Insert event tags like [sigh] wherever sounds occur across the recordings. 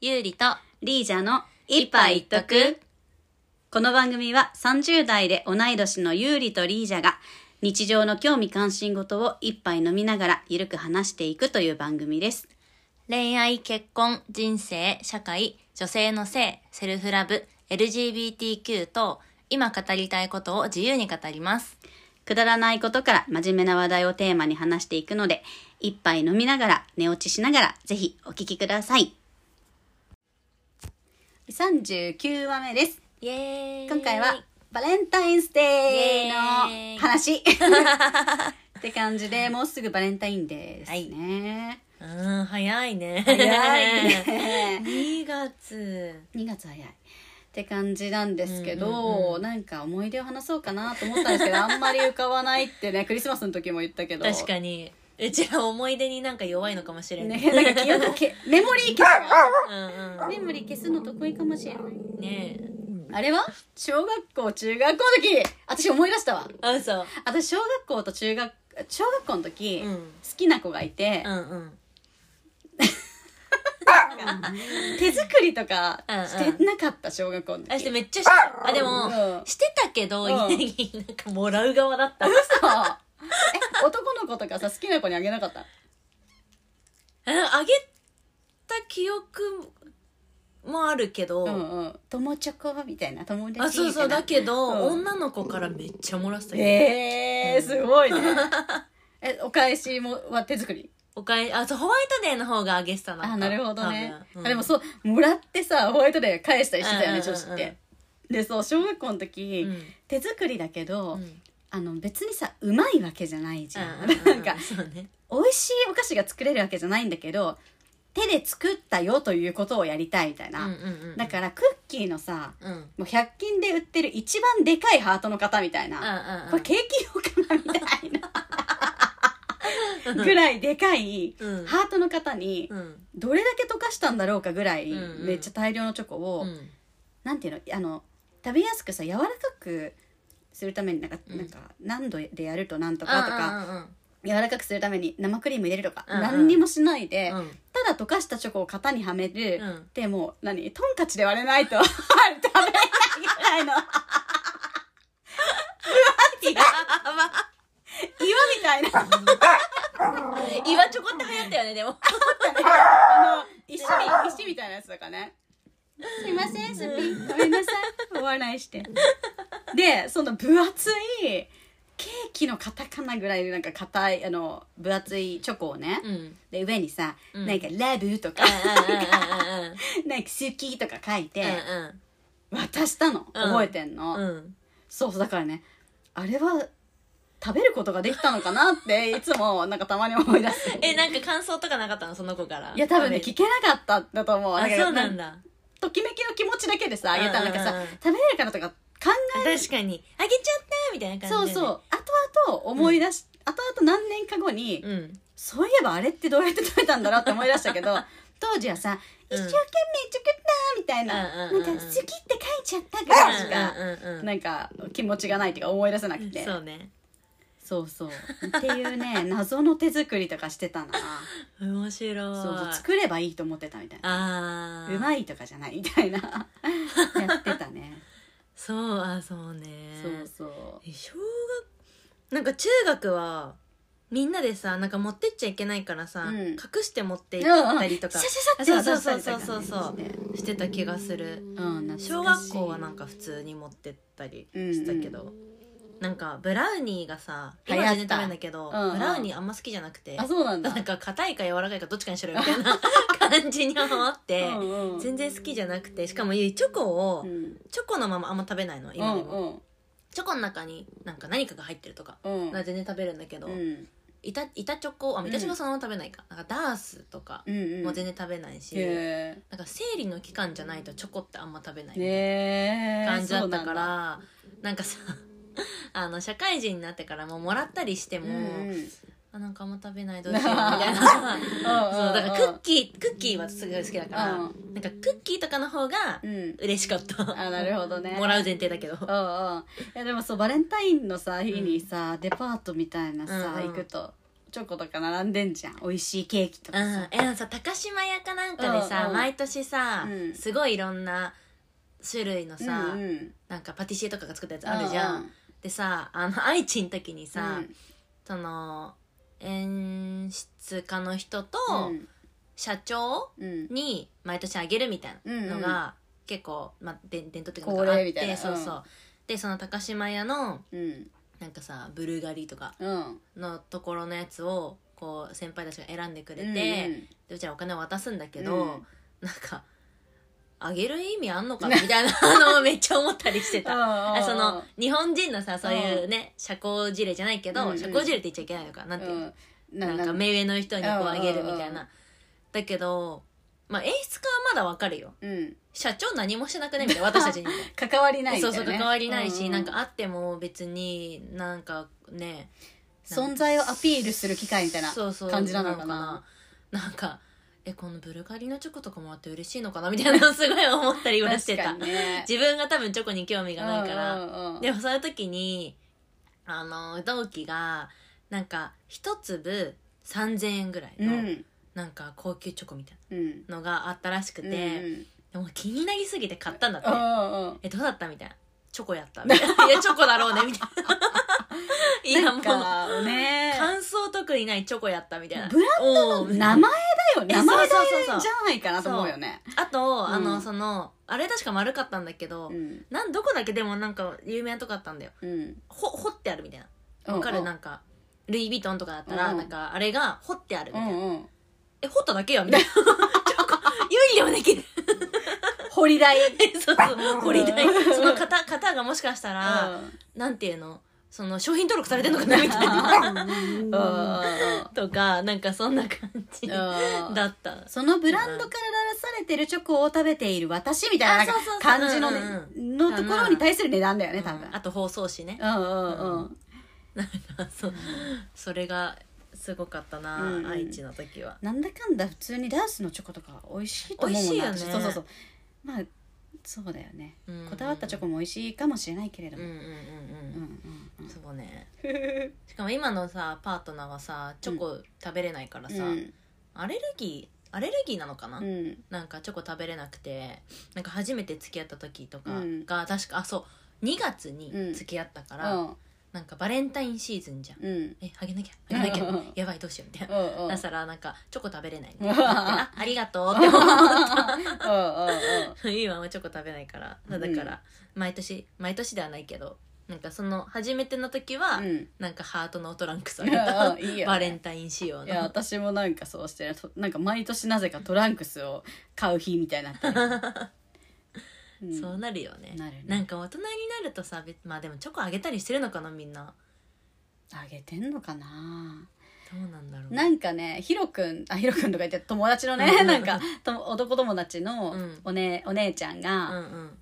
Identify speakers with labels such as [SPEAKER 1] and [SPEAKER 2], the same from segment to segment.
[SPEAKER 1] ゆうりと
[SPEAKER 2] リージャの一杯一徳。この番組は30代で同い年のユーリとリージャが日常の興味関心事を一杯飲みながらゆるく話していくという番組です。
[SPEAKER 1] 恋愛、結婚、人生、社会、女性の性、セルフラブ、LGBTQ と今語りたいことを自由に語ります。
[SPEAKER 2] くだらないことから真面目な話題をテーマに話していくので、一杯飲みながら寝落ちしながらぜひお聞きください。39話目です。
[SPEAKER 1] イエーイ
[SPEAKER 2] 今回はバレンタインスデーの話って感じでもうすぐバレンタインデーですね、
[SPEAKER 1] うん、早いね。
[SPEAKER 2] 早い
[SPEAKER 1] [laughs]
[SPEAKER 2] ね
[SPEAKER 1] 2月。
[SPEAKER 2] 2月早いって感じなんですけど、なんか思い出を話そうかなと思ったんですけどあんまり浮かばないってねクリスマスの時も言ったけど
[SPEAKER 1] 確かに。うちら思い出になんか弱いのかもしれない。
[SPEAKER 2] ねなんか記憶けメモリー消
[SPEAKER 1] [laughs] うん
[SPEAKER 2] すメモリー消すの得意かもしれない
[SPEAKER 1] うん。ねえ。
[SPEAKER 2] あれは小学校中学校の時私思い出したわ
[SPEAKER 1] あ、嘘。
[SPEAKER 2] 私小学校と中学小学校の時、
[SPEAKER 1] うん
[SPEAKER 2] 好きな子がいて、
[SPEAKER 1] うんうん。
[SPEAKER 2] 手作りとか
[SPEAKER 1] うんうん
[SPEAKER 2] してなかった小学校の
[SPEAKER 1] あ、して
[SPEAKER 2] 時。
[SPEAKER 1] めっちゃしてた。あ、で
[SPEAKER 2] う
[SPEAKER 1] も、
[SPEAKER 2] ん
[SPEAKER 1] してたけど、
[SPEAKER 2] うん
[SPEAKER 1] 家に [laughs] なんかもらう側だった。
[SPEAKER 2] そうえ男の子とかさ好きな子にあげなかった
[SPEAKER 1] えあげた記憶もあるけど、
[SPEAKER 2] うんうん友チョコみたいな友達みたいな
[SPEAKER 1] あそうそうだけど、
[SPEAKER 2] うん
[SPEAKER 1] 女の子からめっちゃ漏らしたよ、
[SPEAKER 2] えー、すごいねえお返しもは手作り
[SPEAKER 1] おかえあそうホワイトデーの方があげてたな
[SPEAKER 2] あなるほどね、
[SPEAKER 1] 多分
[SPEAKER 2] あでも
[SPEAKER 1] う、
[SPEAKER 2] そうもらってさホワイトデー返したりしてたよね
[SPEAKER 1] うんうんうんう
[SPEAKER 2] 女
[SPEAKER 1] ん
[SPEAKER 2] 子ってでそう小学校の時、
[SPEAKER 1] うん
[SPEAKER 2] 手作りだけど、
[SPEAKER 1] うん
[SPEAKER 2] あの別にさうまいわけじゃないじゃん、
[SPEAKER 1] うん
[SPEAKER 2] なんか
[SPEAKER 1] そうね
[SPEAKER 2] 美味しいお菓子が作れるわけじゃないんだけど手で作ったよということをやりたいみたいな、
[SPEAKER 1] うんうんうん
[SPEAKER 2] だからクッキーのさ
[SPEAKER 1] うんうん
[SPEAKER 2] もう100均で売ってる一番でかいハートの方みたいな、こ
[SPEAKER 1] う
[SPEAKER 2] れケーキ用かなみたいなぐらいでかい
[SPEAKER 1] んうん
[SPEAKER 2] ハートの方に
[SPEAKER 1] うん
[SPEAKER 2] どれだけ溶かしたんだろうかぐらい
[SPEAKER 1] うんうん
[SPEAKER 2] めっちゃ大量のチョコを、
[SPEAKER 1] うん
[SPEAKER 2] なんていうのあの食べやすくさ柔らかくするためになんか,、
[SPEAKER 1] うん
[SPEAKER 2] なんか何度でやるとなんとかとか、
[SPEAKER 1] う
[SPEAKER 2] 柔らかくするために生クリーム入れるとか、
[SPEAKER 1] うんうん
[SPEAKER 2] 何にもしないで、
[SPEAKER 1] んうんうん
[SPEAKER 2] ただ溶かしたチョコを型にはめる、
[SPEAKER 1] うん
[SPEAKER 2] でもう何トンカチで割れないと [laughs] 食べれないぐらいの
[SPEAKER 1] やば
[SPEAKER 2] 岩
[SPEAKER 1] [laughs]
[SPEAKER 2] みたいなあ
[SPEAKER 1] 岩チョコって流行ったよねでも
[SPEAKER 2] の石石みたいなやつとかねすいませんすピンごめんなさいお笑いしてでその分厚いケーキのカタカナぐらいなんか硬いあの分厚いチョコをね、
[SPEAKER 1] うん
[SPEAKER 2] で上にさ、
[SPEAKER 1] うん
[SPEAKER 2] なんか「ラブ」とか「なんか好き」とか書いて、渡したの覚えてんの、
[SPEAKER 1] うんうんうんうん
[SPEAKER 2] そうだからねあれは食べることができたのかなっ
[SPEAKER 1] [laughs]
[SPEAKER 2] ていつもなんかたまに思い出す
[SPEAKER 1] えなんか感想とかなかったのその子から
[SPEAKER 2] いや多分ね聞けなかったんだと思う
[SPEAKER 1] あそうなん
[SPEAKER 2] か
[SPEAKER 1] だ
[SPEAKER 2] ときめきの気持ちだけでさあげた
[SPEAKER 1] うんう
[SPEAKER 2] な
[SPEAKER 1] んん
[SPEAKER 2] かさ
[SPEAKER 1] うん
[SPEAKER 2] 食べれるからとか考
[SPEAKER 1] 確かにあげちゃったみたい
[SPEAKER 2] え
[SPEAKER 1] な
[SPEAKER 2] そ
[SPEAKER 1] 感
[SPEAKER 2] う
[SPEAKER 1] じ
[SPEAKER 2] そう後々思い出し、後々何年か後に、
[SPEAKER 1] ううん
[SPEAKER 2] そういえばあれってどうやって食べたんだろうって思い出した
[SPEAKER 1] [laughs]
[SPEAKER 2] けど当時はさ「一生懸命作った」みたい
[SPEAKER 1] う
[SPEAKER 2] な、
[SPEAKER 1] んうんうん
[SPEAKER 2] なんか「好き」って書いちゃったからしか、
[SPEAKER 1] うんうんうん
[SPEAKER 2] なんか気持ちがないっていうか思い出せなくて
[SPEAKER 1] そうね
[SPEAKER 2] そうそうってい
[SPEAKER 1] [laughs]
[SPEAKER 2] うね謎の手作りとかしてたな
[SPEAKER 1] 面白い
[SPEAKER 2] そうそう作ればいいと思ってたみたいな
[SPEAKER 1] あー
[SPEAKER 2] うまいとかじゃないみ [laughs] たいなやってたね
[SPEAKER 1] そうあそうね
[SPEAKER 2] そうそう
[SPEAKER 1] え小学なんか中学はみんなでさなんか持ってっちゃいけないからさ、
[SPEAKER 2] うん
[SPEAKER 1] 隠して持って
[SPEAKER 2] う
[SPEAKER 1] い
[SPEAKER 2] ん
[SPEAKER 1] ったりとか
[SPEAKER 2] シャシャシャって
[SPEAKER 1] そう
[SPEAKER 2] 渡し
[SPEAKER 1] そ
[SPEAKER 2] た
[SPEAKER 1] う
[SPEAKER 2] りと
[SPEAKER 1] そ
[SPEAKER 2] か
[SPEAKER 1] う
[SPEAKER 2] ね
[SPEAKER 1] そうそう
[SPEAKER 2] して
[SPEAKER 1] してた気がする
[SPEAKER 2] うん懐かしい
[SPEAKER 1] 小学校はなんか普通に持ってったりしたけど、なんかブラウニーがさ
[SPEAKER 2] 流行
[SPEAKER 1] 今
[SPEAKER 2] った
[SPEAKER 1] 全然食べんだけど、
[SPEAKER 2] うんうん
[SPEAKER 1] ブラウニーあんま好きじゃなくて
[SPEAKER 2] あそうなんだ
[SPEAKER 1] なんか硬いか柔らかいかどっちかにしろよみたい
[SPEAKER 2] [laughs]
[SPEAKER 1] な感じに思って
[SPEAKER 2] うんうん
[SPEAKER 1] 全然好きじゃなくてしかもゆいチョコを
[SPEAKER 2] うん
[SPEAKER 1] チョコのままあんま食べないの今でも、
[SPEAKER 2] うん
[SPEAKER 1] チョコの中になんか何かが入ってるとか
[SPEAKER 2] うんうん
[SPEAKER 1] なんか全然食べるんだけど、
[SPEAKER 2] うん
[SPEAKER 1] 板板チョコあ板チョコそのまま食べないか,、なんかダースとか
[SPEAKER 2] うんうん
[SPEAKER 1] も全然食べないし、
[SPEAKER 2] へ
[SPEAKER 1] なんか生理の期間じゃないとチョコってあんま食べない
[SPEAKER 2] えねえ
[SPEAKER 1] 感じだったか
[SPEAKER 2] そうなんだ
[SPEAKER 1] らなんかさ [laughs] あの社会人になってからももらったりしても、
[SPEAKER 2] うんうん
[SPEAKER 1] あなんかあんま食べないどうしようみたいなそうだからクッキークッキーはすごい好きだから、
[SPEAKER 2] う
[SPEAKER 1] なんかクッキーとかの方が
[SPEAKER 2] うん
[SPEAKER 1] 嬉しかった、
[SPEAKER 2] あなるほどね
[SPEAKER 1] もらう前提だけど
[SPEAKER 2] うんうんいやでもそうバレンタインのさ日にさ、デパートみたいなさ、
[SPEAKER 1] うんうん
[SPEAKER 2] 行くとチョコとか並んでんじゃん美味しいケーキと
[SPEAKER 1] う
[SPEAKER 2] か
[SPEAKER 1] ん
[SPEAKER 2] さ、、
[SPEAKER 1] えでもさ高島屋かなんかでさ、
[SPEAKER 2] うんうん
[SPEAKER 1] 毎年さ、
[SPEAKER 2] うん
[SPEAKER 1] すごいいろんな種類のさ、
[SPEAKER 2] うんうん
[SPEAKER 1] なんかパティシエとかが作ったやつあるじゃん、
[SPEAKER 2] う
[SPEAKER 1] でさあの愛知の時にさ、
[SPEAKER 2] うん
[SPEAKER 1] その演出家の人と
[SPEAKER 2] うん
[SPEAKER 1] 社長
[SPEAKER 2] うん
[SPEAKER 1] に毎年あげるみたいなの
[SPEAKER 2] うん
[SPEAKER 1] が結構、まあ、で伝統的なの
[SPEAKER 2] 恒
[SPEAKER 1] があっ
[SPEAKER 2] 例
[SPEAKER 1] て
[SPEAKER 2] みたいな
[SPEAKER 1] そうそううでその高島屋の
[SPEAKER 2] うん
[SPEAKER 1] なんかさブルガリとか
[SPEAKER 2] うん
[SPEAKER 1] のところのやつをこう先輩たちが選んでくれて、
[SPEAKER 2] うん
[SPEAKER 1] でうちらお金を渡すんだけど、
[SPEAKER 2] うん
[SPEAKER 1] なんかあげる意味あんのかなみたいなあのめっちゃ思ったりして
[SPEAKER 2] [laughs]
[SPEAKER 1] た。あその日本人のさそういうね社交辞令じゃないけど、
[SPEAKER 2] うんうん
[SPEAKER 1] 社交辞令って言っちゃいけないのかなんていうの、
[SPEAKER 2] うん
[SPEAKER 1] なんか目上の人にこうあげるみたいな。だけど、まあ演出家はまだわかるよ。
[SPEAKER 2] うん
[SPEAKER 1] 社長何もしなくねみたい
[SPEAKER 2] [laughs]
[SPEAKER 1] な、私たちに。
[SPEAKER 2] 関わりないみた
[SPEAKER 1] そ
[SPEAKER 2] いうな
[SPEAKER 1] そ
[SPEAKER 2] ね
[SPEAKER 1] う、関わりないし、
[SPEAKER 2] うう
[SPEAKER 1] なんかあっても別になんかね、
[SPEAKER 2] 存在をアピールする機会みたいな
[SPEAKER 1] そうそう
[SPEAKER 2] 感じなのかな
[SPEAKER 1] な。なんか、え、このブルガリのチョコとかもらって嬉しいのかなみ [laughs] たいなのすごい思ったりはしてた。
[SPEAKER 2] 確かにね
[SPEAKER 1] 自分が多分チョコに興味がないから。
[SPEAKER 2] うんうんうん
[SPEAKER 1] でもそういう時に、あの、同期が、なんか、一粒3000円ぐらいうの、
[SPEAKER 2] ん
[SPEAKER 1] なんか高級チョコみたい
[SPEAKER 2] うん
[SPEAKER 1] なのがあったらしくて、
[SPEAKER 2] うんうん
[SPEAKER 1] でも気になりすぎて買ったんだって、
[SPEAKER 2] うんうん
[SPEAKER 1] えどうだったみたいなチョコやったみたいな [laughs] いやチョコだろうねみたいな
[SPEAKER 2] [laughs]
[SPEAKER 1] いや
[SPEAKER 2] な
[SPEAKER 1] も
[SPEAKER 2] ん
[SPEAKER 1] う [laughs]
[SPEAKER 2] かね
[SPEAKER 1] 感想特にないチョコやったみたいな
[SPEAKER 2] ブラ
[SPEAKER 1] ンド
[SPEAKER 2] 名前だよ
[SPEAKER 1] え
[SPEAKER 2] 名前だ
[SPEAKER 1] そうそうそうそう
[SPEAKER 2] よじゃないかなと思うよね
[SPEAKER 1] あとあの、
[SPEAKER 2] うん
[SPEAKER 1] そのあれ確か丸かったんだけど、
[SPEAKER 2] うん
[SPEAKER 1] なんどこだっけでもなんか有名なとこあったんだよ
[SPEAKER 2] うん
[SPEAKER 1] ほ掘ってあるみたいなわかる、なんかルイ・ヴィトンとかだったら、
[SPEAKER 2] うん
[SPEAKER 1] なんかあれが掘ってあるみ
[SPEAKER 2] う
[SPEAKER 1] たいな、
[SPEAKER 2] んうん
[SPEAKER 1] え掘っただけよみ
[SPEAKER 2] [laughs]
[SPEAKER 1] たいな [laughs] チョコ有利でもできる
[SPEAKER 2] 掘り台
[SPEAKER 1] そうそう、掘り台。その方、方がもしかしたら、
[SPEAKER 2] う
[SPEAKER 1] なんていうのその、商品登録されてんのかなみたいな。
[SPEAKER 2] んうんうん
[SPEAKER 1] とか、なんかそんな感じだ
[SPEAKER 2] うん
[SPEAKER 1] った。
[SPEAKER 2] そのブランドから出されてるチョコを食べている私みたいな
[SPEAKER 1] あそうそうそう
[SPEAKER 2] 感じのね
[SPEAKER 1] う
[SPEAKER 2] のところに対する値段だよね多分
[SPEAKER 1] あと放送紙ね。
[SPEAKER 2] うんうんうん
[SPEAKER 1] そう。それが、すごかった
[SPEAKER 2] うんうん
[SPEAKER 1] な、愛知の時は。
[SPEAKER 2] なんだかんだ普通にダースのチョコとか美味しいと思うもんな
[SPEAKER 1] 美味しいよね
[SPEAKER 2] そうそうそうまあそうだよね
[SPEAKER 1] うん
[SPEAKER 2] こだわったチョコも美味しいかもしれないけれど
[SPEAKER 1] うんう
[SPEAKER 2] も
[SPEAKER 1] んう
[SPEAKER 2] うんんう
[SPEAKER 1] うんん。そうね。しかも今のさ、パートナーはさ、チョコ食べれないから
[SPEAKER 2] うん
[SPEAKER 1] さ、アレルギー、アレルギーなのかな
[SPEAKER 2] うん
[SPEAKER 1] なんかチョコ食べれなくてなんか初めて付き合った時とか
[SPEAKER 2] うん
[SPEAKER 1] が、確かあそう2月
[SPEAKER 2] う
[SPEAKER 1] に
[SPEAKER 2] ん
[SPEAKER 1] 付き合ったから、
[SPEAKER 2] うん
[SPEAKER 1] なんかバレンタインシーズンじゃん、
[SPEAKER 2] うん
[SPEAKER 1] えあげなきゃあげなきゃ、
[SPEAKER 2] うん
[SPEAKER 1] やばいどうしようみたいな、
[SPEAKER 2] うん
[SPEAKER 1] だからなんかチョコ食べれないみ
[SPEAKER 2] う
[SPEAKER 1] た
[SPEAKER 2] ん
[SPEAKER 1] いなあありがとうって [laughs] 思
[SPEAKER 2] う
[SPEAKER 1] う
[SPEAKER 2] ん
[SPEAKER 1] 今はチョコ食べないからだから、毎年毎年ではないけどなんかその初めての時は、
[SPEAKER 2] うんうん
[SPEAKER 1] なんかハートのオートランクスあ
[SPEAKER 2] うん
[SPEAKER 1] げた、
[SPEAKER 2] いいよね
[SPEAKER 1] バレンタイン仕 [laughs] 様
[SPEAKER 2] いや
[SPEAKER 1] の
[SPEAKER 2] 私もなんかそうしてるとなんか毎年なぜかトランクスを買う日みたいになって
[SPEAKER 1] [laughs]
[SPEAKER 2] るうん
[SPEAKER 1] そうなるよね
[SPEAKER 2] なるね
[SPEAKER 1] なんか大人になるとさ別まあでもチョコあげたりしてるのかなみんな
[SPEAKER 2] あげてんのかな
[SPEAKER 1] どうなんだろう
[SPEAKER 2] なんかねヒロくんあヒロくんとか言って友達の
[SPEAKER 1] うんう
[SPEAKER 2] ね
[SPEAKER 1] ん
[SPEAKER 2] なんかと男友達の
[SPEAKER 1] うん
[SPEAKER 2] お,、ねお姉ちゃんが、
[SPEAKER 1] うん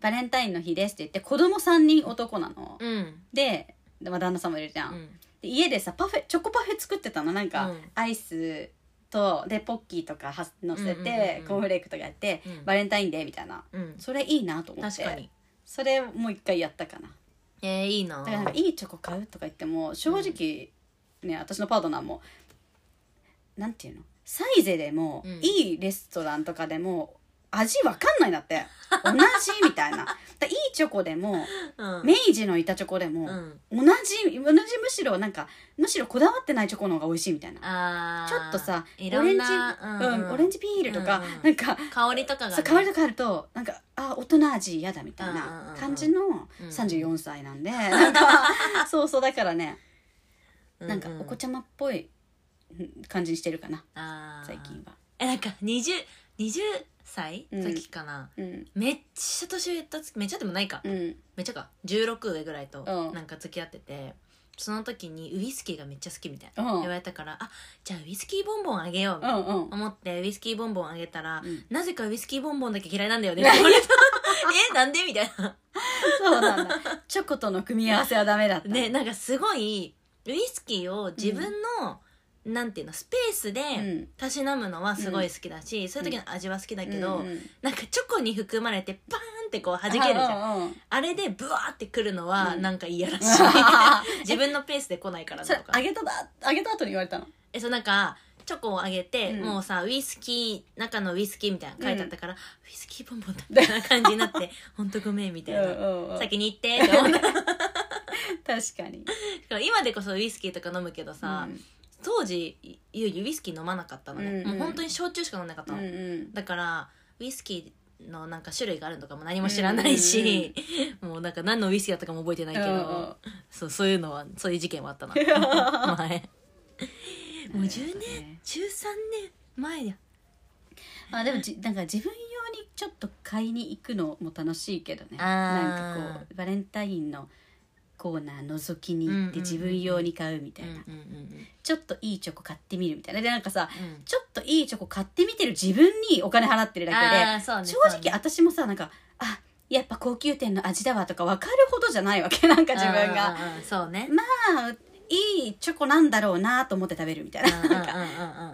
[SPEAKER 2] バレンタインの日です」って言って子供三3人男なの、
[SPEAKER 1] うんうん
[SPEAKER 2] で、まあ、旦那さんもいるじゃん、
[SPEAKER 1] うん
[SPEAKER 2] で家でさパフェチョコパフェ作ってたのなんか、
[SPEAKER 1] うん
[SPEAKER 2] アイスとでポッキーとかは乗せ
[SPEAKER 1] うんうんうん
[SPEAKER 2] て、
[SPEAKER 1] うん
[SPEAKER 2] コーンフレークとかやって、
[SPEAKER 1] うん
[SPEAKER 2] バレンタインデーみたいな
[SPEAKER 1] うん
[SPEAKER 2] それいいなと思っ
[SPEAKER 1] 確
[SPEAKER 2] て
[SPEAKER 1] かに
[SPEAKER 2] それもう一回やったかな
[SPEAKER 1] えー、いいな
[SPEAKER 2] だからなんかいいチョコ買うとか言っても正直ね、私のパートナーもなんていうのサイゼでも、
[SPEAKER 1] うん
[SPEAKER 2] いいレストランとかでも味わかんないんだって同じみ
[SPEAKER 1] [laughs]
[SPEAKER 2] たいなだからいいチョコでも
[SPEAKER 1] うん
[SPEAKER 2] 明治の板チョコでも、
[SPEAKER 1] うん
[SPEAKER 2] 同じ同じむしろなんかむしろこだわってないチョコの方が美味しいみたいな
[SPEAKER 1] あー
[SPEAKER 2] ちょっとさ
[SPEAKER 1] い
[SPEAKER 2] オ
[SPEAKER 1] ろん
[SPEAKER 2] レンジ、
[SPEAKER 1] な
[SPEAKER 2] うんオレンジピールとか、
[SPEAKER 1] うんうん
[SPEAKER 2] なんか
[SPEAKER 1] 香りとかが、ね、
[SPEAKER 2] そう香りとかあるとなんかあ大人味嫌だみたい
[SPEAKER 1] うんうんうんう
[SPEAKER 2] なん感じの
[SPEAKER 1] うん
[SPEAKER 2] 34歳な
[SPEAKER 1] [laughs]
[SPEAKER 2] んで、なんかそうそうだからね
[SPEAKER 1] う
[SPEAKER 2] なんかお子ちゃまっぽいうん感じにしてるかな
[SPEAKER 1] あー
[SPEAKER 2] 最近は。
[SPEAKER 1] えなんか2020歳
[SPEAKER 2] うん
[SPEAKER 1] 時かな、
[SPEAKER 2] うん
[SPEAKER 1] めっちゃ年上とつめっちゃでもないか、
[SPEAKER 2] うん
[SPEAKER 1] めっちゃか16上ぐらいと
[SPEAKER 2] うん
[SPEAKER 1] なんか付き合ってて、その時にウイスキーがめっちゃ好きみたいな、
[SPEAKER 2] うん
[SPEAKER 1] 言われたからあじゃあウイスキーボンボンあげようみたいな
[SPEAKER 2] う、んうん
[SPEAKER 1] 思ってウイスキーボンボンあげたら、
[SPEAKER 2] うん
[SPEAKER 1] なぜかウイスキーボンボンだけ嫌いなんだよねって言われた [laughs] えなんでみたいな
[SPEAKER 2] そうなんだチョコとの組み合わせはダメだった
[SPEAKER 1] ねなんかすごいウイスキーを自分の、なんていうのスペースで
[SPEAKER 2] うん
[SPEAKER 1] たしなむのはすごい好きだし、そういう時の味は好きだけど、
[SPEAKER 2] うんうん
[SPEAKER 1] なんかチョコに含まれてパーンってこう弾けるじゃん。
[SPEAKER 2] ん、うんうん
[SPEAKER 1] あれでブワーってくるのは
[SPEAKER 2] うん
[SPEAKER 1] なんかいやらしい。自分のペースで来ないから
[SPEAKER 2] そ
[SPEAKER 1] な
[SPEAKER 2] れ
[SPEAKER 1] のか
[SPEAKER 2] [laughs] あ
[SPEAKER 1] な。
[SPEAKER 2] げただあげた後に言われたの
[SPEAKER 1] え、そうなんか、チョコをあげて、
[SPEAKER 2] うん
[SPEAKER 1] もうさ、ウイスキー、中のウイスキーみたいなの書いてあったから、ウイスキーボンボンだみたいな感じになって、ほんとごめんみたいな。
[SPEAKER 2] うんうんうん
[SPEAKER 1] 先に行ってって思った。だか
[SPEAKER 2] 確かに
[SPEAKER 1] ら [laughs] 今でこそウイスキーとか飲むけどさ、当時、いゆうゆウイスキー飲まなかったのね。
[SPEAKER 2] うんうん
[SPEAKER 1] もう本当に焼酎しか飲んでなかった
[SPEAKER 2] うん
[SPEAKER 1] の。
[SPEAKER 2] うんうん
[SPEAKER 1] だからウイスキーのなんか種類があるとかも何も知らないし、 [laughs] もうなんか何のウイスキーだったかも覚えてないけど、
[SPEAKER 2] う
[SPEAKER 1] そうそういうのはそういう事件はあったな
[SPEAKER 2] [laughs]
[SPEAKER 1] 前もう10年13年前や
[SPEAKER 2] んあでもじなんか自分用にちょっと買いに行くのも楽しいけど
[SPEAKER 1] あー
[SPEAKER 2] ねなんかこうバレンタインのコーナー覗きに行っ
[SPEAKER 1] うんうんうんう
[SPEAKER 2] て
[SPEAKER 1] ん
[SPEAKER 2] 自分用に買うみ
[SPEAKER 1] う
[SPEAKER 2] た
[SPEAKER 1] ん
[SPEAKER 2] い
[SPEAKER 1] うん
[SPEAKER 2] な、
[SPEAKER 1] うんうん
[SPEAKER 2] ちょっといいチョコ買ってみるみたいなでなんかさ
[SPEAKER 1] うん
[SPEAKER 2] ちょっといいチョコ買ってみてる自分にお金払ってるだけで
[SPEAKER 1] あーそうね
[SPEAKER 2] 正
[SPEAKER 1] そう
[SPEAKER 2] 直
[SPEAKER 1] ね
[SPEAKER 2] 私もさなんかあやっぱ高級店の味だわとか分かるほどじゃないわけ [laughs] なんか自分
[SPEAKER 1] うん
[SPEAKER 2] が
[SPEAKER 1] うんうんそうね
[SPEAKER 2] まあいいチョコなんだろうなと思って食べるみたいななんか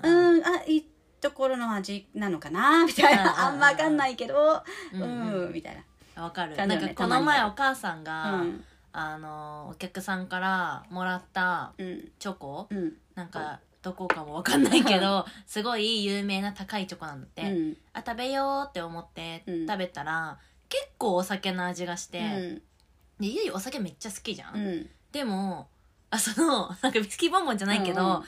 [SPEAKER 1] [laughs] うんうんうんうん
[SPEAKER 2] うんあいいところの味なのかなみたい
[SPEAKER 1] うんうんうん
[SPEAKER 2] なあんま分かんないけど
[SPEAKER 1] うんうん
[SPEAKER 2] うんみたい
[SPEAKER 1] わかる
[SPEAKER 2] 感
[SPEAKER 1] な
[SPEAKER 2] じ
[SPEAKER 1] ん
[SPEAKER 2] よね
[SPEAKER 1] かこの前お母さんが、
[SPEAKER 2] なうん
[SPEAKER 1] あのお客さんからもらった
[SPEAKER 2] うん
[SPEAKER 1] チョコ
[SPEAKER 2] うん
[SPEAKER 1] なんかどこかもわかんないけど [laughs] すごい有名な高いチョコなんだって、
[SPEAKER 2] うん
[SPEAKER 1] あ食べようって思って
[SPEAKER 2] うん
[SPEAKER 1] 食べたら、結構お酒の味がして、
[SPEAKER 2] う
[SPEAKER 1] で
[SPEAKER 2] ん
[SPEAKER 1] ゆいお酒めっちゃ好きじゃん、
[SPEAKER 2] うん
[SPEAKER 1] でもあその [laughs] なんかビスキーボンボンじゃないけど、
[SPEAKER 2] うんうん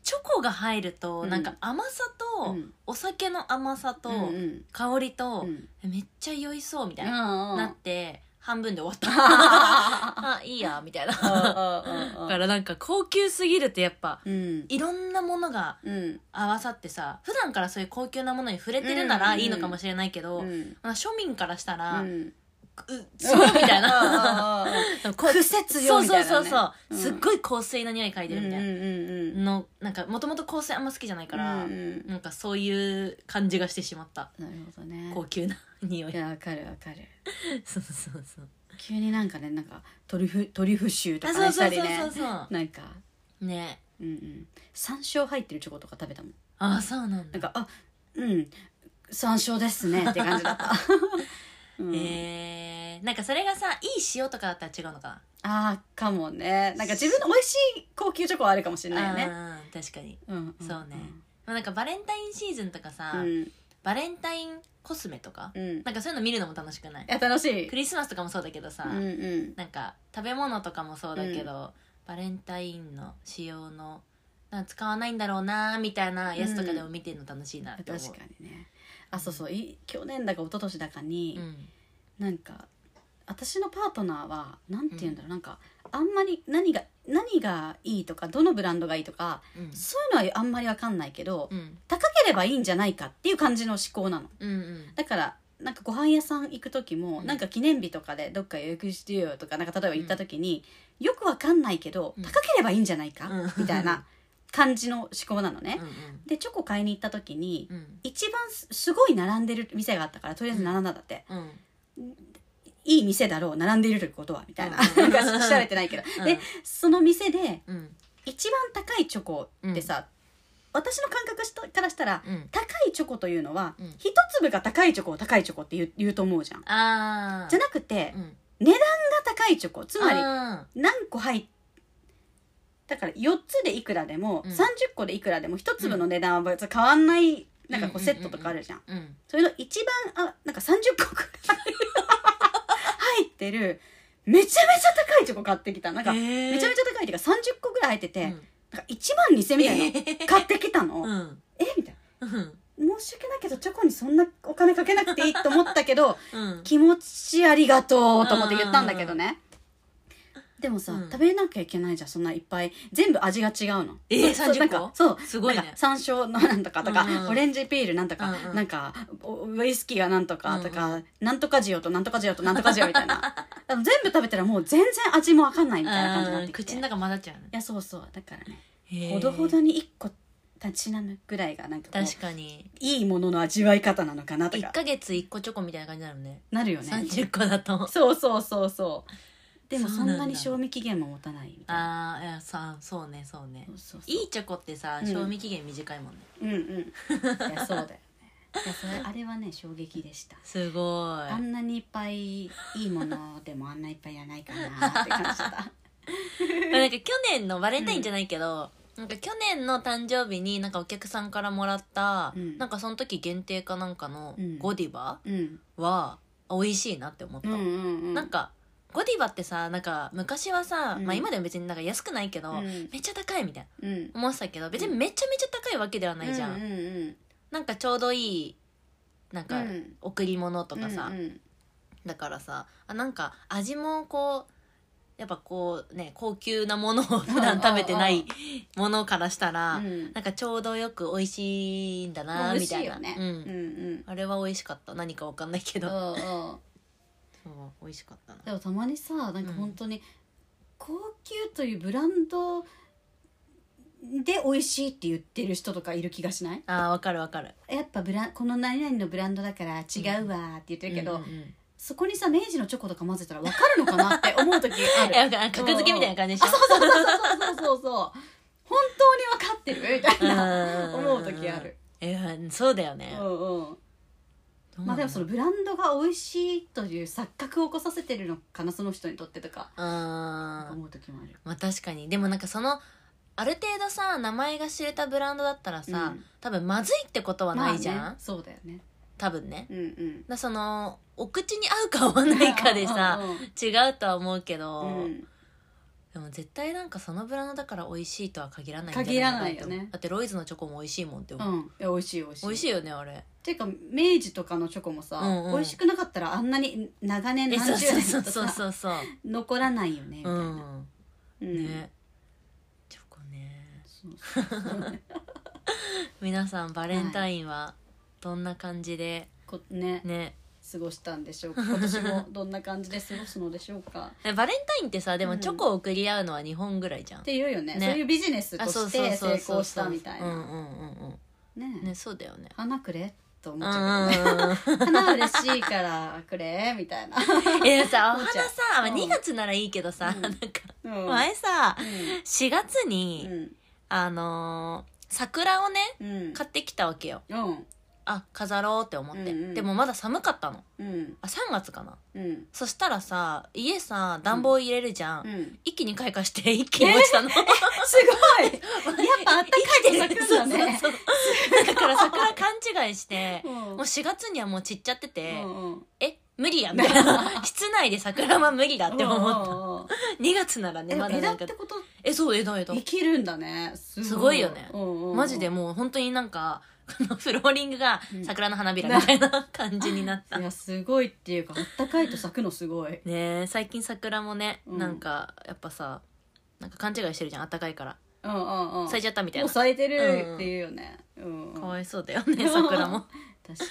[SPEAKER 1] チョコが入ると、
[SPEAKER 2] うん
[SPEAKER 1] なんか甘さと、
[SPEAKER 2] うん
[SPEAKER 1] お酒の甘さと、
[SPEAKER 2] うんうん
[SPEAKER 1] 香りと
[SPEAKER 2] う、ん
[SPEAKER 1] めっちゃ酔いそうみたいな、
[SPEAKER 2] うんう
[SPEAKER 1] なんって半分で終わっ [laughs] た
[SPEAKER 2] あ
[SPEAKER 1] あいいやみたいなだ
[SPEAKER 2] ー
[SPEAKER 1] からなんか高級すぎるとやっぱ
[SPEAKER 2] うん
[SPEAKER 1] いろんなものが
[SPEAKER 2] うん
[SPEAKER 1] 合わさってさ普段からそういう高級なものに触れてるなら
[SPEAKER 2] うんうん
[SPEAKER 1] いいのかもしれないけど、
[SPEAKER 2] うん
[SPEAKER 1] まあ庶民からしたら、
[SPEAKER 2] う
[SPEAKER 1] うんすごいみたいな。
[SPEAKER 2] な [laughs]
[SPEAKER 1] こう
[SPEAKER 2] 屈折用みたいなね
[SPEAKER 1] そうそうそうそう。
[SPEAKER 2] うん
[SPEAKER 1] すっごい香水の匂い嗅いでるみたいな。
[SPEAKER 2] だ
[SPEAKER 1] の、なんか、もともと香水あんま好きじゃないから、なんかそういう感じがしてしまった。
[SPEAKER 2] なるほどね
[SPEAKER 1] 高級な匂い
[SPEAKER 2] い。やわかるわかる
[SPEAKER 1] そうそうそう。
[SPEAKER 2] 急になんかねなんかトリュフトリュフシューと
[SPEAKER 1] あ、
[SPEAKER 2] か
[SPEAKER 1] そ
[SPEAKER 2] ね
[SPEAKER 1] う
[SPEAKER 2] した
[SPEAKER 1] そう
[SPEAKER 2] り
[SPEAKER 1] そう
[SPEAKER 2] ね
[SPEAKER 1] そうそ
[SPEAKER 2] なんか
[SPEAKER 1] う。ね。
[SPEAKER 2] うんうん山椒入ってるチョコとか食べたもん
[SPEAKER 1] あ、そうなん
[SPEAKER 2] な
[SPEAKER 1] だ
[SPEAKER 2] ん。かあうん山椒ですねって感じだ
[SPEAKER 1] [laughs]
[SPEAKER 2] ったうん
[SPEAKER 1] えー、なんかそれがさ、いい塩とかだったら違うのか
[SPEAKER 2] あーかもねなんか自分の美味しい高級チョコはあるかもしれ
[SPEAKER 1] な。
[SPEAKER 2] ないよね
[SPEAKER 1] あー確かに。
[SPEAKER 2] うんん
[SPEAKER 1] そうねまあなんかバレンタインシーズンとかさ、
[SPEAKER 2] うん
[SPEAKER 1] バレンタインコスメとか、
[SPEAKER 2] うんい
[SPEAKER 1] なんかそういうの見るのも楽しくない
[SPEAKER 2] や楽しい
[SPEAKER 1] クリスマスとかもそうだけどさ、
[SPEAKER 2] うんうん
[SPEAKER 1] なんか食べ物とかもそうだけど、バレンタインの仕様のなんか使わないんだろうなーみたいなやつとかでも見てるの楽しいなって思う、
[SPEAKER 2] 確かにねあそうそうい去年だか一昨年だかに、
[SPEAKER 1] うん
[SPEAKER 2] なんか私のパートナーはなんて言うんだろう、なんかあんまり何が何がいいとかどのブランドがいいとか
[SPEAKER 1] うん
[SPEAKER 2] そういうのはあんまりわかんないけど、
[SPEAKER 1] うん
[SPEAKER 2] 高ければいいんじゃないかっていう感じの思考なの
[SPEAKER 1] うんうん
[SPEAKER 2] だからなんかご飯屋さん行く時も、
[SPEAKER 1] うん
[SPEAKER 2] なんか記念日とかでどっか予約してよとかなんか例えば行った時に、よくわかんないけど、
[SPEAKER 1] うん
[SPEAKER 2] 高ければいいんじゃないか、
[SPEAKER 1] うん
[SPEAKER 2] みた
[SPEAKER 1] [laughs]
[SPEAKER 2] いな感じの思考なのね
[SPEAKER 1] う、ん
[SPEAKER 2] でチョコ買いに行った時に、
[SPEAKER 1] うんうん
[SPEAKER 2] 一番すすごい並んでる店があったからとりあえず並んだんだって、
[SPEAKER 1] うん
[SPEAKER 2] いい店だろう並んでいるということはみたいな、
[SPEAKER 1] うん
[SPEAKER 2] なんか調べてないけど、
[SPEAKER 1] うん
[SPEAKER 2] でその店で
[SPEAKER 1] うん
[SPEAKER 2] 一番高いチョコってさ、私の感覚したからしたら
[SPEAKER 1] うん
[SPEAKER 2] 高いチョコというのは、
[SPEAKER 1] うん
[SPEAKER 2] 一粒が高いチョコを高いチョコって言う言うと思うじゃん。
[SPEAKER 1] あー
[SPEAKER 2] じゃなくて、
[SPEAKER 1] うん
[SPEAKER 2] が高いチョコつまり
[SPEAKER 1] あ
[SPEAKER 2] 何個入っだから4つでいくらでも、
[SPEAKER 1] うん
[SPEAKER 2] 30個でいくらでも一粒の値段は別に変わんないなんかこう
[SPEAKER 1] うん
[SPEAKER 2] セットとかあるじゃん。
[SPEAKER 1] ーうん
[SPEAKER 2] それの一番あなんか30個くらい入ってるめちゃめちゃ高いチョコ買ってきたなんか、
[SPEAKER 1] えー
[SPEAKER 2] めちゃめちゃ高いっていうか30個ぐらい入ってて、
[SPEAKER 1] う
[SPEAKER 2] なん
[SPEAKER 1] ん
[SPEAKER 2] か1万2000みたいなの買ってきたの、
[SPEAKER 1] [laughs] うん
[SPEAKER 2] えみたい
[SPEAKER 1] うん
[SPEAKER 2] な申し訳ないけどチョコにそんなお金かけなくていいと思ったけど
[SPEAKER 1] うん
[SPEAKER 2] 気持ちありがとうと思って言ったんだけどねでもさ、
[SPEAKER 1] うん
[SPEAKER 2] 食べなきゃいけないじゃんそんないっぱい全部味が違うの
[SPEAKER 1] えー
[SPEAKER 2] そう
[SPEAKER 1] 30
[SPEAKER 2] なん
[SPEAKER 1] 個
[SPEAKER 2] かそう
[SPEAKER 1] すごい
[SPEAKER 2] なん
[SPEAKER 1] ね
[SPEAKER 2] か山椒のなんとかとか、
[SPEAKER 1] うんうん
[SPEAKER 2] オレンジピールなんとか、
[SPEAKER 1] うんうん
[SPEAKER 2] なんかおウイスキーがなんとかとか、
[SPEAKER 1] うん
[SPEAKER 2] なんとか塩となんとか塩となんとか塩みたいな [laughs] あの全部食べたらもう全然味もわかんないみたいな感じになっ
[SPEAKER 1] う
[SPEAKER 2] て
[SPEAKER 1] ん
[SPEAKER 2] きて
[SPEAKER 1] 口の
[SPEAKER 2] い
[SPEAKER 1] 中混ざっちゃうね
[SPEAKER 2] やそうそうだからね、
[SPEAKER 1] へー
[SPEAKER 2] ほどほどに一個たちなむぐらいがなんかこう
[SPEAKER 1] 確かに
[SPEAKER 2] いいものの味わい方なのかなと
[SPEAKER 1] 1
[SPEAKER 2] か
[SPEAKER 1] ヶ月1個チョコみたいな感じなのね
[SPEAKER 2] なるよね
[SPEAKER 1] 30個だと [laughs]
[SPEAKER 2] そうそうそうそうでも
[SPEAKER 1] そ
[SPEAKER 2] そう
[SPEAKER 1] なんだ
[SPEAKER 2] んなに賞味期限も持たないみたいな
[SPEAKER 1] あーいやさそうねそうね
[SPEAKER 2] そうそうそう
[SPEAKER 1] いいチョコってさ
[SPEAKER 2] うん
[SPEAKER 1] 賞味期限短いもんね、
[SPEAKER 2] うんうんいやそうだよね
[SPEAKER 1] やそれ
[SPEAKER 2] あれはね衝撃でした
[SPEAKER 1] すご
[SPEAKER 2] あ
[SPEAKER 1] い
[SPEAKER 2] んなにいっぱいいいものでもあんないっぱいやないかなって感じだ
[SPEAKER 1] なんか去年のバレンタインじゃないけど、なんか去年の誕生日になんかお客さんからもらった、
[SPEAKER 2] うん
[SPEAKER 1] なんかその時限定かなんかの
[SPEAKER 2] うん
[SPEAKER 1] ゴディバ
[SPEAKER 2] うん
[SPEAKER 1] は美味しいなって思った、
[SPEAKER 2] うんうんうん
[SPEAKER 1] なんかゴディバってさなんか昔はさ、
[SPEAKER 2] うん
[SPEAKER 1] まあ今でも別になんか安くないけど、
[SPEAKER 2] うん
[SPEAKER 1] めっちゃ高いみたいな
[SPEAKER 2] うん
[SPEAKER 1] 思ってたけど別にめちゃめちゃ高いわけではないじゃん、
[SPEAKER 2] うんうんうん
[SPEAKER 1] なんかちょうどいいなんか
[SPEAKER 2] うん
[SPEAKER 1] 贈り物とかさ、
[SPEAKER 2] うんうん
[SPEAKER 1] だからさあなんか味もこうやっぱこうね高級なものを普段食べてな
[SPEAKER 2] うん
[SPEAKER 1] い
[SPEAKER 2] うん
[SPEAKER 1] ものからしたら、
[SPEAKER 2] うん
[SPEAKER 1] なんかちょうどよく美味しいんだな
[SPEAKER 2] 美
[SPEAKER 1] み
[SPEAKER 2] 味した
[SPEAKER 1] い
[SPEAKER 2] い
[SPEAKER 1] な
[SPEAKER 2] よね
[SPEAKER 1] う
[SPEAKER 2] うんんうん
[SPEAKER 1] あれは美味しかった何かわかんないけど、
[SPEAKER 2] そうそう
[SPEAKER 1] そう美味しかったな
[SPEAKER 2] でもたまにさなんか本当に高級というブランドで美味しいって言ってる人とかいる気がしない
[SPEAKER 1] あーわかるわかる
[SPEAKER 2] やっぱブランこの何々のブランドだから違うわって言ってるけど、
[SPEAKER 1] うんうんうん
[SPEAKER 2] そこにさ明治のチョコとか混ぜたら分かるのかなって思う時
[SPEAKER 1] [laughs]
[SPEAKER 2] ある
[SPEAKER 1] えなんか格付けみたいな感じでしょ
[SPEAKER 2] あそうそうそうそうそうそう本当に分かってるみたいな
[SPEAKER 1] うん
[SPEAKER 2] 思う時ある
[SPEAKER 1] いやそうだよね
[SPEAKER 2] う、んうん
[SPEAKER 1] どう
[SPEAKER 2] ま
[SPEAKER 1] な
[SPEAKER 2] あ
[SPEAKER 1] んだろ
[SPEAKER 2] で
[SPEAKER 1] う
[SPEAKER 2] もそのブランドが美味しいという錯覚を起こさせてるのかなその人にとってとか
[SPEAKER 1] あー
[SPEAKER 2] 思う時もある
[SPEAKER 1] まあ確かにでもなんかそのある程度さ名前が知れたブランドだったらさ、
[SPEAKER 2] うん
[SPEAKER 1] 多分まずいってことはないじゃん、
[SPEAKER 2] まあねそうだよね
[SPEAKER 1] 多分ねだか
[SPEAKER 2] うんうん
[SPEAKER 1] らそのお口に合うか合わないかでさ違うとは思うけど、
[SPEAKER 2] うんうんうん
[SPEAKER 1] でも絶対なんかそのブランドだから美味しいとは限らないんじゃ
[SPEAKER 2] 限らないよね
[SPEAKER 1] かってだってロイズのチョコも美味しいもんって思う、
[SPEAKER 2] うんいや美味しい美味しい
[SPEAKER 1] 美味しいよねあれ
[SPEAKER 2] っていうか明治とかのチョコもさ、
[SPEAKER 1] うんうん
[SPEAKER 2] 美味しくなかったらあんなに長年
[SPEAKER 1] え
[SPEAKER 2] 何
[SPEAKER 1] そう
[SPEAKER 2] 十年
[SPEAKER 1] そう
[SPEAKER 2] と
[SPEAKER 1] そう
[SPEAKER 2] さ
[SPEAKER 1] そうそう
[SPEAKER 2] 残らないよねみた
[SPEAKER 1] う
[SPEAKER 2] いな、
[SPEAKER 1] ん
[SPEAKER 2] うん
[SPEAKER 1] ねチョコね
[SPEAKER 2] そうそうそう
[SPEAKER 1] 皆さんバレンタインはどんな感じで
[SPEAKER 2] こね
[SPEAKER 1] ね
[SPEAKER 2] 過ごしたんでしょうか今年もどんな感じで過ごすのでしょうか
[SPEAKER 1] えバレンタインってさでも
[SPEAKER 2] うん
[SPEAKER 1] チョコを送り合うのは日本ぐらいじゃん、
[SPEAKER 2] っていうよね
[SPEAKER 1] ね
[SPEAKER 2] そういうビジネスとして成功したみたい
[SPEAKER 1] うんうん
[SPEAKER 2] な
[SPEAKER 1] うんうん
[SPEAKER 2] ね
[SPEAKER 1] ねそうだよね
[SPEAKER 2] 花くれと
[SPEAKER 1] うん
[SPEAKER 2] 思
[SPEAKER 1] う
[SPEAKER 2] っち
[SPEAKER 1] ん
[SPEAKER 2] [laughs] ゃうけどね
[SPEAKER 1] うん
[SPEAKER 2] 花嬉しいからくれみたいな
[SPEAKER 1] えさお花
[SPEAKER 2] おもち
[SPEAKER 1] さ
[SPEAKER 2] ゃ、
[SPEAKER 1] まあ、
[SPEAKER 2] うん
[SPEAKER 1] 2月ならいいけどさ、
[SPEAKER 2] うん
[SPEAKER 1] なんか
[SPEAKER 2] うん
[SPEAKER 1] 前さ
[SPEAKER 2] う
[SPEAKER 1] 4月に、
[SPEAKER 2] ん
[SPEAKER 1] あのー桜をね
[SPEAKER 2] うん
[SPEAKER 1] 買ってきたわけよ
[SPEAKER 2] うん
[SPEAKER 1] あ飾ろうって思って、
[SPEAKER 2] うんうん
[SPEAKER 1] でもまだ寒かったの
[SPEAKER 2] うん
[SPEAKER 1] あ3月かな
[SPEAKER 2] うん
[SPEAKER 1] そしたらさ家さ暖房入れるじゃん、
[SPEAKER 2] うん
[SPEAKER 1] 一気に開花して一気に落ち
[SPEAKER 2] [laughs]
[SPEAKER 1] たの、
[SPEAKER 2] すごいやっぱあったかいと咲くんだね
[SPEAKER 1] そうそうそうだから桜勘違いして
[SPEAKER 2] うん
[SPEAKER 1] もう4月にはもう散っちゃってて、
[SPEAKER 2] うんうん
[SPEAKER 1] え無理やみたい
[SPEAKER 2] [laughs]
[SPEAKER 1] な室内で桜は無理だって思った
[SPEAKER 2] うん
[SPEAKER 1] 2月ならね
[SPEAKER 2] うん
[SPEAKER 1] ま
[SPEAKER 2] うんえ
[SPEAKER 1] だ
[SPEAKER 2] 枝
[SPEAKER 1] な
[SPEAKER 2] っ
[SPEAKER 1] んか
[SPEAKER 2] てこと
[SPEAKER 1] えそう枝枝
[SPEAKER 2] 生きるんだねす
[SPEAKER 1] すごいよね
[SPEAKER 2] うんうんうん
[SPEAKER 1] マジでもう本当になんかこのフローリングが桜の花びらみたいな感じになった
[SPEAKER 2] い
[SPEAKER 1] ね
[SPEAKER 2] やすごいっていうかあったかいと咲くのすごい
[SPEAKER 1] え最近桜もね、
[SPEAKER 2] うん
[SPEAKER 1] なんかやっぱさなんか勘違いしてるじゃん暖かいから
[SPEAKER 2] うんうんうん
[SPEAKER 1] 咲いちゃったみたい
[SPEAKER 2] もう
[SPEAKER 1] な
[SPEAKER 2] 咲いてるっていうよねうん
[SPEAKER 1] かわ
[SPEAKER 2] い
[SPEAKER 1] いそうだよ
[SPEAKER 2] [laughs]
[SPEAKER 1] ね桜も
[SPEAKER 2] 確か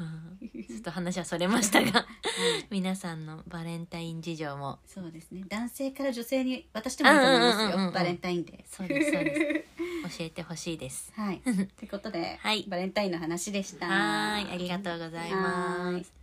[SPEAKER 1] うん
[SPEAKER 2] に
[SPEAKER 1] ちょっと話はそれましたが [laughs] 皆さんのバレンタイン事情も
[SPEAKER 2] そうですね男性から女性に渡してもいいと思い
[SPEAKER 1] うんうん
[SPEAKER 2] ま
[SPEAKER 1] うん
[SPEAKER 2] す
[SPEAKER 1] うん
[SPEAKER 2] よバレンタインデー
[SPEAKER 1] そうですそうで教えてほしいです [laughs]
[SPEAKER 2] [laughs] はいということで
[SPEAKER 1] はい
[SPEAKER 2] バレンタインの話でした
[SPEAKER 1] はい、ありがとうございます。